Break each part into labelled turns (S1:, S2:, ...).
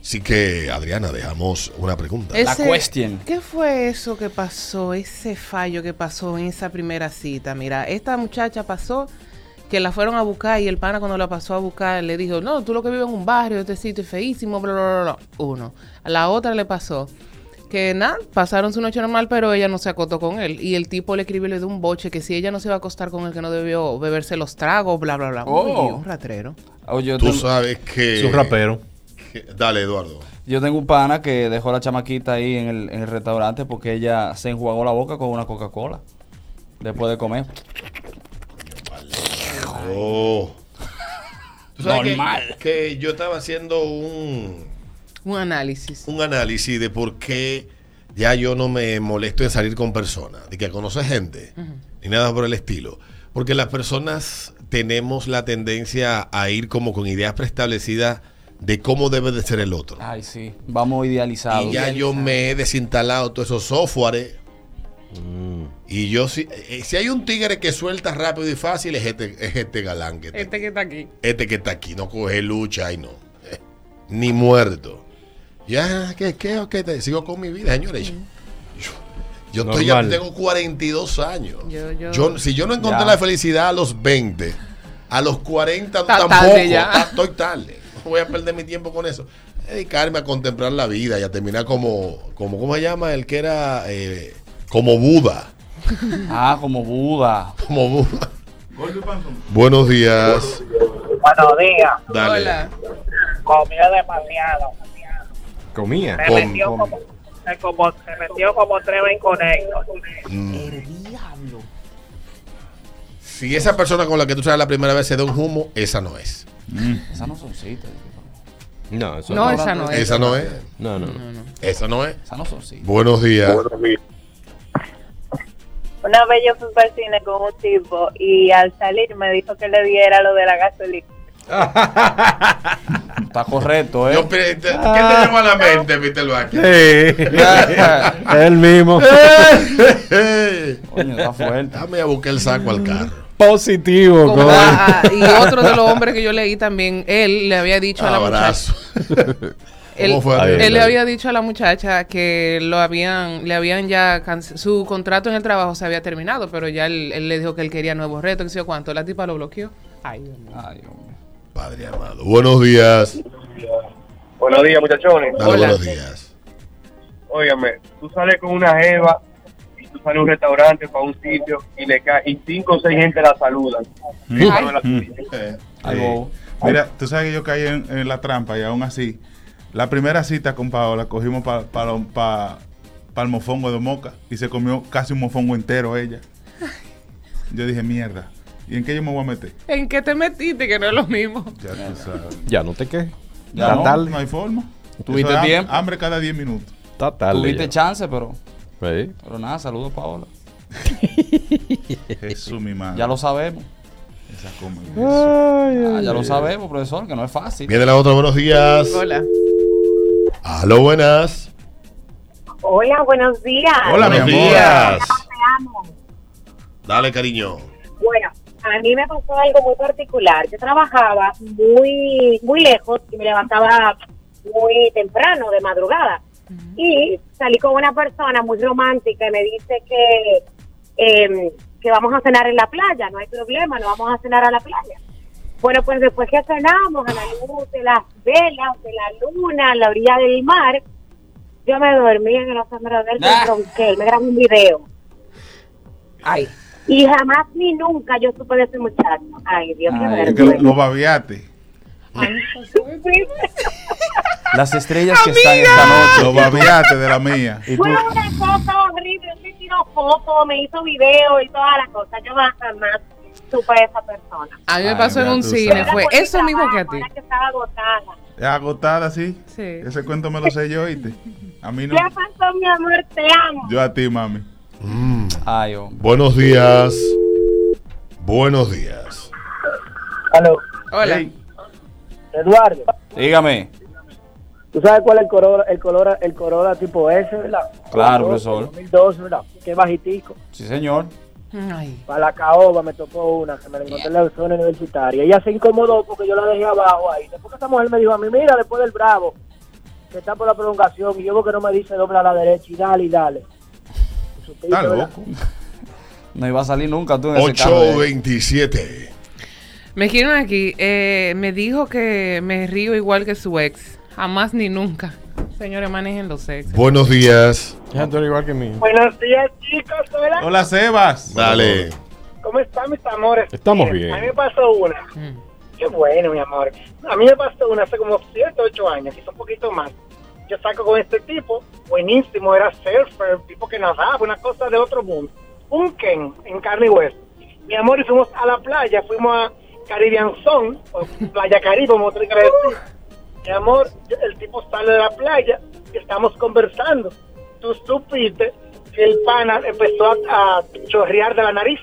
S1: Así que, Adriana, dejamos una pregunta.
S2: Es-
S3: La
S2: Ese-
S3: question.
S2: ¿Qué fue eso que pasó, ese fallo que pasó en esa primera cita? Mira, esta muchacha pasó que la fueron a buscar y el pana cuando la pasó a buscar le dijo, no, tú lo que vives en un barrio, este sitio es feísimo, bla, bla, bla, bla. Uno. A la otra le pasó que nada, pasaron su noche normal, pero ella no se acotó con él. Y el tipo le escribió y le dio un boche que si ella no se iba a acostar con él, que no debió beberse los tragos, bla, bla, bla.
S3: Oh.
S2: Uy, un ratrero.
S3: Oh, yo,
S1: Tú
S3: tengo,
S1: sabes que...
S4: Es un rapero.
S1: que- dale, Eduardo.
S3: yo tengo un pana que dejó a la chamaquita ahí en el, en el restaurante porque ella se enjuagó la boca con una Coca-Cola. Después de comer.
S1: Oh. Tú sabes que-
S3: Normal.
S1: Que, yo estaba haciendo un,
S2: Un análisis.
S1: un análisis de por qué ya yo no me molesto en salir con personas, de que conocer gente, ni nada por el estilo. Porque las personas tenemos la tendencia a ir como con ideas preestablecidas de cómo debe de ser el otro.
S3: Ay, sí. Vamos idealizados.
S1: Y ya yo me he desinstalado todos esos softwares. Y yo, si, eh, si hay un tigre que suelta rápido y fácil, es este, es este galán que está,
S2: Este que está aquí.
S1: este que está aquí. No coge lucha y no. eh, Ni muerto. Ya, ¿qué, qué? ok, te- sigo con mi vida, señores. Yo, yo estoy ya
S4: Normal.
S1: tengo 42 años.
S2: Yo- yo-
S1: si yo no encontré
S3: Ya.
S1: la felicidad a los 20, a los 40
S2: Está
S1: tampoco.
S2: tarde ya.
S1: ta- Estoy tarde. No voy a perder mi tiempo con eso. Dedicarme a contemplar la vida y a terminar como, como ¿cómo se llama? El que era eh, como Buda.
S3: Ah, como Buda.
S1: Como Buda. Buenos días.
S5: Buenos días.
S1: Dale.
S2: Hola.
S5: Comió demasiado.
S4: Comía.
S5: Se
S1: Com-
S5: metió como, se, como, se metió como tres inconectos.
S1: Mm. Si esa persona con la que tú sales la primera vez se da un humo, esa no es.
S3: Esas no son citas. discúlpame.
S4: No, eso
S2: No,
S4: no.
S2: esa no es.
S1: Esa no es.
S4: No, no.
S1: Esa no es.
S3: Esas no son citas.
S1: Buenos días.
S6: Una vez yo fui para el cine con un tipo y al salir me dijo que le diera lo de la gasolina.
S3: Está correcto, ¿eh?
S1: Yo pre- te- ¿Qué te
S2: Ah.
S1: llevó a la mente, Peter Vázquez?
S4: el mismo.
S3: Coño, está fuerte.
S1: Dame a buscar el saco
S2: Mm.
S1: al carro.
S4: Positivo,
S2: Como- ah, ah, y otro de los hombres que yo leí también, él le había dicho a la muchacha.
S1: Abrazo.
S2: Él,
S1: ¿Cómo fue, Adrián?
S2: él le había dicho a la muchacha que lo habían, le habían ya canc- su contrato en el trabajo se había terminado, pero ya él, él le dijo que él quería nuevos retos, que sé yo cuánto. La tipa lo bloqueó. Ay, Dios mío.
S3: Ay, hombre.
S1: Padre amado. Buenos días.
S7: Buenos días, muchachones.
S1: Dale,
S2: Hola.
S1: buenos días.
S7: Óigame, tú sales con una jeva y tú sales a un restaurante para un sitio y le cae y cinco o seis gente la saludan.
S1: Mm.
S7: Pero la-
S3: Ay, bobo.
S8: Mira, tú sabes que yo caí en, en la trampa y aún así, la primera cita con Paola cogimos para el mofongo de moca y se comió casi un mofongo entero ella. Yo dije, mierda, ¿y en qué yo me voy a meter?
S2: ¿En qué te metiste? Que no es lo mismo.
S8: Ya tú sabes.
S4: Ya no te quejes.
S3: Ya
S4: Está
S3: no.
S4: tarde.
S8: No hay forma.
S3: ¿Tuviste
S8: Eso es ham-
S3: tiempo?
S8: Hambre cada 10 minutos.
S4: Está tarde.
S3: Tuviste
S4: ya.
S3: chance, pero,
S4: Sí.
S3: pero nada, saludos, Paola.
S8: Jesús, mi madre.
S3: Ya lo sabemos.
S8: Esa come, Jesús.
S3: Ah, ya lo sabemos, profesor, que no es fácil.
S1: Viene la otra, buenos días.
S2: Hola.
S1: Aló, buenas.
S6: Hola, buenos días.
S8: Hola, mi
S1: buenos
S8: amor.
S1: días.
S6: Te amo.
S1: Dale, cariño.
S6: Bueno, a mí me pasó algo muy particular. Yo trabajaba muy, muy lejos y me levantaba muy temprano, de madrugada. Y salí con una persona muy romántica y me dice que, em, que vamos a cenar en la playa, no hay problema, no vamos a cenar a la playa. Bueno, pues después que cenamos, a la luz de las velas, de la luna, a la orilla del mar, yo me dormí en el asombro del
S3: Ah.
S6: ronqué, me grabé un video. Ay. Y jamás ni nunca yo supe de ese muchacho. Ay, Dios
S3: Ay,
S6: mío.
S3: es
S8: Es que lo, lo babiaste.
S3: Las estrellas que están esta noche.
S8: Lo babiaste de la mía.
S3: Y tú,
S6: Fue una cosa horrible. Él me tiró fotos, me hizo video y todas las cosas. Yo jamás supe de esa persona.
S2: A mí me
S8: Ay,
S2: pasó en
S8: ya
S2: un
S8: tú
S2: cine,
S8: sabes.
S2: fue
S6: Era por
S2: eso
S6: mi
S2: mismo que a
S6: trabajo,
S2: ti.
S6: era que estaba agotada.
S8: Es agotada, sí.
S2: Sí.
S8: Ese cuento me lo sé yo, ¿oíste? A mí no.
S6: ¿Qué pasó, mi amor? Te amo.
S8: Yo a ti, mami.
S1: Mm,
S3: ay, hombre.
S1: Buenos días. Buenos días.
S5: Aló,
S2: Hola.
S8: Ey,
S5: Eduardo.
S3: Dígame.
S5: ¿Tú sabes cuál es el Corolla, el Corolla, el Corolla tipo S, verdad?
S3: Claro,
S5: 2012,
S3: profesor.
S5: 2012, ¿verdad? Qué bajitico.
S3: Sí, señor.
S2: Ay.
S5: Para la caoba me tocó una que me la encontré en la zona universitaria. Ella se incomodó porque yo la dejé abajo ahí. Después que esa mujer me dijo a mí, mira, después del Bravo. que está por la prolongación y yo veo que no me dice dobla a la derecha y dale y dale. Pues usted
S8: Está
S5: dice, ¿verdad?
S8: loco.
S3: No iba a salir nunca tú en ese carro. de-
S1: 827.
S2: Me quieren aquí. eh, me dijo que me río igual que su ex. Jamás ni nunca. Señores, manejen los ex.
S1: Buenos días.
S4: Ya tú eres igual que mí.
S5: Buenos días, chicos. Hola.
S8: Hola, Sebas.
S1: Dale.
S5: ¿Cómo están mis amores?
S4: Estamos
S5: Miren,
S4: bien.
S5: A mí me pasó una.
S2: Mm.
S5: Qué bueno, mi amor. A mí me pasó una hace como 7, 8 años, quizá un poquito más. Yo saco con este tipo, buenísimo, era surfer, tipo que nadaba, una cosa de otro mundo. Un Ken en Carne y West. Mi amor, y fuimos a la playa, fuimos a Caribbean Zone, o Playa Caribe, como otro que le decía. Mi amor, yo- el tipo sale de la playa y estamos conversando. Tú supiste que el pana empezó a, a chorrear de la nariz.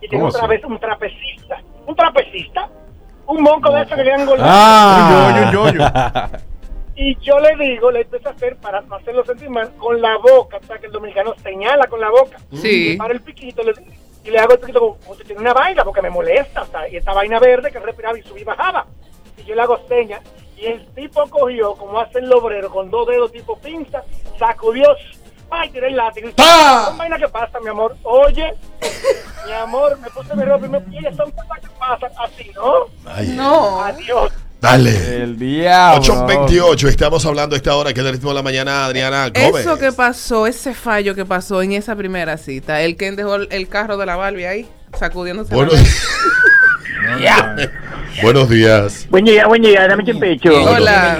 S5: Y tiene
S8: ¿Cómo
S5: otra
S8: así?
S5: vez un trapecista. ¿Un trapecista? Un monco de esos que llegan gorditos.
S4: Ah,
S8: Yo, yo, yo, yo.
S5: Y yo le digo, le empiezo a hacer para no hacerlo sentir mal, con la boca. O sea, que el dominicano señala con la boca.
S2: Sí.
S5: Para el piquito le- y le hago el piquito como, como si tiene una vaina, porque me molesta. O sea, y esta vaina verde que respiraba y subía y bajaba. Y yo le hago señas. Y el tipo cogió, como hace el obrero, con dos dedos tipo pinza, sacudió, ¡ay, tiré el látigo! Y- Son vainas que pasan, mi amor. Oye, mi amor, me puse mi ropa y me y ellas son cosas que pasan así, ¿no?
S1: Ay,
S2: No.
S5: Adiós.
S1: Dale.
S3: El diablo.
S1: 828. Estamos hablando a esta hora que es el ritmo de la mañana, Adriana Gómez.
S2: Eso que pasó, ese fallo que pasó en esa primera cita. El que dejó el- el carro de la Barbie ahí, sacudiéndose. la
S1: Buenos,
S2: nariz.
S1: buenos días.
S5: Buen día, buen día, dame chimpecho.
S2: Hola.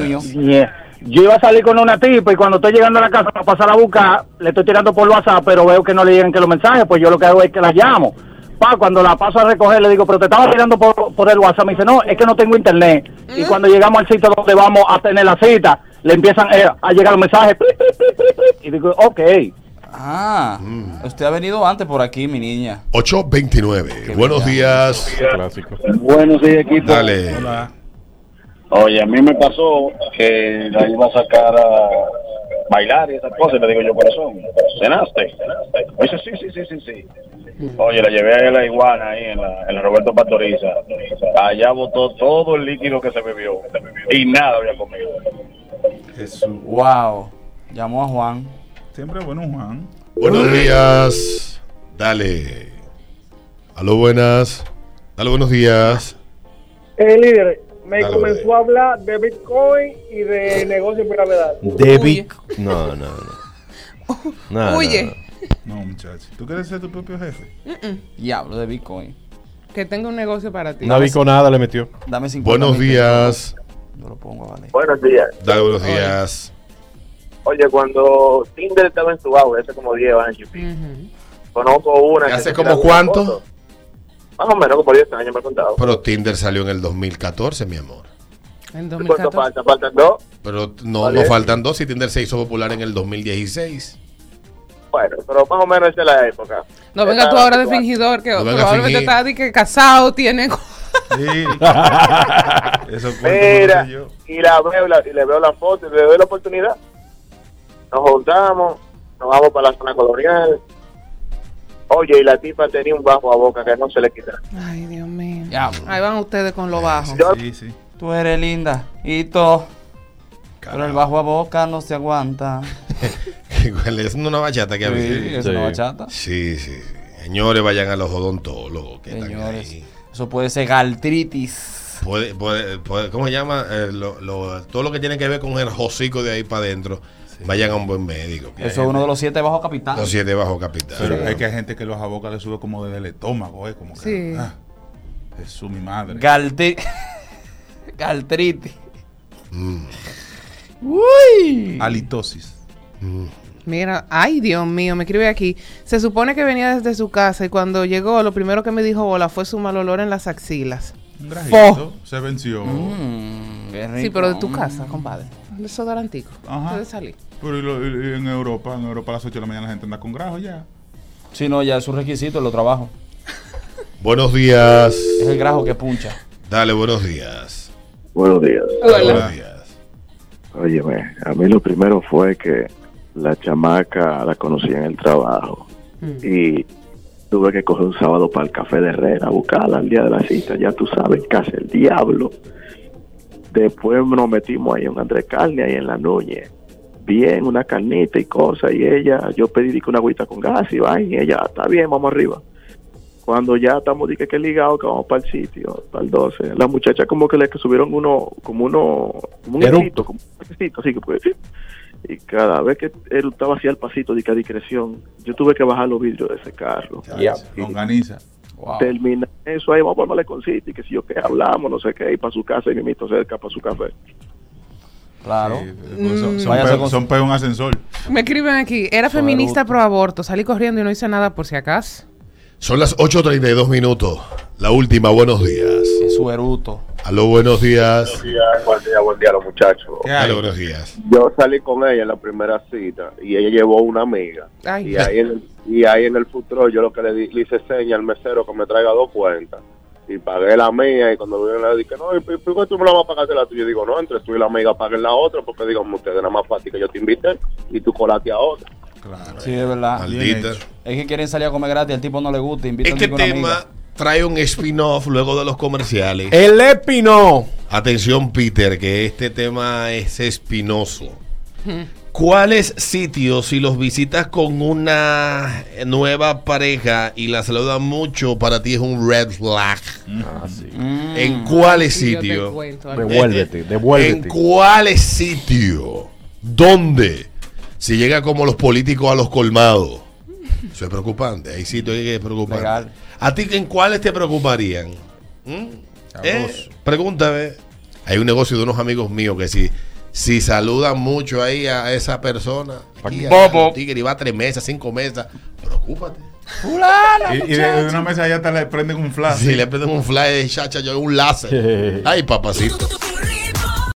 S5: Yo iba a salir con una tipa y cuando estoy llegando a la casa para pasar a buscar, le estoy tirando por WhatsApp, pero veo que no le llegan que los mensajes, pues yo lo que hago es que la llamo. Pa, cuando la paso a recoger, le digo, pero te estaba tirando por, por el WhatsApp. Me dice, no, es que no tengo internet. Y cuando llegamos al sitio donde vamos a tener la cita, le empiezan eh, a llegar los mensajes. pri, pri, pri, pri, pri. Y digo, ok.
S3: Ah,
S1: Mm.
S3: usted ha venido antes por aquí, mi niña.
S1: 829.
S3: Qué
S1: Buenos días.
S4: Qué clásico.
S9: Buenos días, equipo.
S1: Dale.
S8: Hola.
S9: Oye, a mí me pasó que la iba a sacar a bailar y esas cosas. Y le digo yo, corazón, ¿cenaste? Me dice, sí, sí, sí, sí, sí. Oye, la llevé a la iguana ahí en la, en la Roberto Pastoriza. Allá botó todo el líquido que se bebió. Y nada había comido.
S8: Jesús.
S3: Wow. Llamó a Juan.
S8: Siempre bueno, Juan.
S1: Buenos días. Dale. Aló, buenas. Aló, buenos días.
S5: El líder me
S1: Dale, comenzó bebé.
S5: a hablar de Bitcoin y de negocios piramidal.
S4: Debbie. No, no, no. No, no,
S2: Huye.
S4: no.
S8: No, muchacho. ¿Tú quieres ser tu propio jefe?
S3: Diablo de Bitcoin.
S2: Que tengo un negocio para ti.
S4: No vi con nada, le metió.
S3: Dame 50
S1: Buenos
S3: mil
S1: días.
S3: pesos. Yo lo pongo, vale.
S10: Buenos días.
S1: Dale, buenos días.
S10: Oye, cuando Tinder estaba en su auge, hace como 10 años,
S2: Ujú.
S10: conozco una.
S1: ¿Y
S10: que
S1: hace
S10: se
S1: como
S10: tira
S1: cuánto?
S10: fotos. Más o menos, como 10 años me he contado.
S1: Pero Tinder salió en el 2014, mi amor.
S2: En
S10: ¿Cuánto
S2: 2014.
S10: falta? ¿Faltan dos?
S1: Pero no,
S10: Vale.
S1: no faltan dos. Si Tinder se hizo popular en el 2016.
S10: Bueno, pero más o menos esa es la época.
S2: No venga tú
S10: Esa
S2: ahora de
S10: situación.
S2: fingidor, que
S1: No venga a
S2: probablemente
S1: fingir.
S2: está di que casado, tiene.
S8: Sí. Eso cuento
S10: Mira,
S8: porque yo.
S10: y la veo, la- y le veo la foto y le doy la oportunidad. Nos juntamos, nos vamos para la zona colonial. Oye, y la tipa tenía un bajo a boca que no se le quita.
S2: Ay, Dios mío.
S3: Diablo.
S2: Ahí van ustedes con lo bajo.
S10: Yo-
S8: Sí, sí.
S3: Tú eres linda. Y todo. Pero el bajo a boca no se aguanta.
S1: Igual es una bachata que
S3: Sí,
S1: había.
S3: es
S4: Sí.
S3: una bachata.
S1: Sí, sí, sí. Señores, vayan a los odontólogos que están
S3: Señores.
S1: ahí.
S3: Eso puede ser galtritis.
S1: Puede, puede- puede- ¿Cómo se llama? Eh, lo- lo- todo lo que tiene que ver con el hocico de ahí para adentro. Vayan a un buen médico. que
S3: Eso
S1: hay
S3: es uno Ah. de los siete bajo capital.
S1: Los siete bajo capital.
S8: Pero es que hay gente que los a boca le sube como desde el estómago, ¿eh? Como que.
S2: Sí.
S8: ah, Jesús, mi madre.
S3: Galtri... galtritis.
S1: Mm,
S3: Uy.
S8: Halitosis.
S1: mm.
S2: Mira, ay, Dios mío, me escribe aquí. Se supone que venía desde su casa y cuando llegó, lo primero que me dijo hola fue su mal olor en las axilas.
S8: Un grajito. Se venció.
S3: Mm, qué
S2: Sí,
S3: rico.
S2: pero de tu
S3: Mm.
S2: casa, compadre. Desodorantico.
S8: Ajá.
S2: Ajá. De salir.
S8: Pero y lo- y- y en Europa, en Europa a las 8 de la mañana la gente anda con grajo ya.
S3: Sí, no, ya es un requisito, lo trabajo.
S1: Buenos días.
S3: Es el grajo que puncha.
S1: Dale, buenos días.
S9: Buenos días.
S1: Buenos días.
S9: Óyeme, a mí lo primero fue que la chamaca la conocí en el trabajo y tuve que coger un sábado para el café de Herrera a buscarla al día de la cita, ya tú sabes, casi el diablo.
S5: Después nos metimos ahí en Andrés Carne, ahí en la Núñez. Bien, una carnita y cosas. Y ella, yo pedí dizque, una agüita con gas y va. Y ella, "Ah, está bien, vamos arriba. Cuando ya estamos, dije que ligado, que vamos para el sitio, para el 12. La muchacha como que le subieron uno, como uno, como un
S11: Eructo.
S5: grito, como un grito, así que pues. Y cada vez que eructaba hacia el pasito, dije a discreción, yo tuve que bajar los vidrios de ese carro.
S8: Organiza.
S5: Termina eso ahí, vamos al maleconcito y que si yo qué hablamos, no sé qué, y para su casa y mi mito cerca, para su café.
S3: Claro.
S8: pues, Son, son
S3: Váyase
S8: pe-
S3: con-
S8: son pe- un ascensor.
S2: Me escriben aquí, era
S1: Son
S2: feminista pro aborto, salí corriendo y no hice nada por si acaso.
S1: Son las 8.32 minutos. La última, buenos días.
S3: Su eruto.
S1: Aló, buenos días.
S12: Buen día, buen día, buen día a los muchachos.
S1: Aló, buenos días.
S12: Yo salí con ella en la primera cita y ella llevó una amiga.
S2: Ay.
S12: Y ahí, en el, y ahí en el futuro yo lo que le, di- le hice seña al mesero que me traiga dos cuentas. Y pagué la mía y cuando vino le dije, no, ¿y por por qué tú me la vas a pagar de la tuya? Yo digo, no, entre tú y la amiga paguen la otra porque digan ustedes nada más fácil que yo te invite y tú colate a otra.
S3: Sí, de verdad.
S1: Maldita.
S3: Es que quieren salir a comer gratis, al tipo no le gusta, invita
S1: Este
S3: a una amiga.
S1: tema trae un spin-off luego de los comerciales.
S2: Eh.
S11: El espino.
S1: Atención, Peter, que este tema es espinoso. ¿Cuáles sitios, si los visitas con una nueva pareja y la saludan mucho, para ti es un red flag?
S3: Mm.
S1: ¿En cuáles
S2: Ay, Mm. yo te
S1: sitios?
S2: cuento,
S1: Eh, eh,
S11: Devuélvete, devuélvete.
S1: ¿En cuáles sitios? ¿Dónde? Si llega como los políticos a los colmados. Eso es preocupante. Hay sitios que es preocupante. ¿A ti en cuáles te preocuparían? ¿Mm? ¿Eh? Pregúntame. Hay un negocio de unos amigos míos que si, si saludan mucho ahí a esa persona, y a-
S11: Bobo.
S1: al tigre y va a tres mesas, cinco mesas, preocúpate.
S8: Y, y de, de una Ah, mesa ya hasta le prenden un flash.
S1: Si le prenden un fly de chacha, yo un láser. Ay, papacito.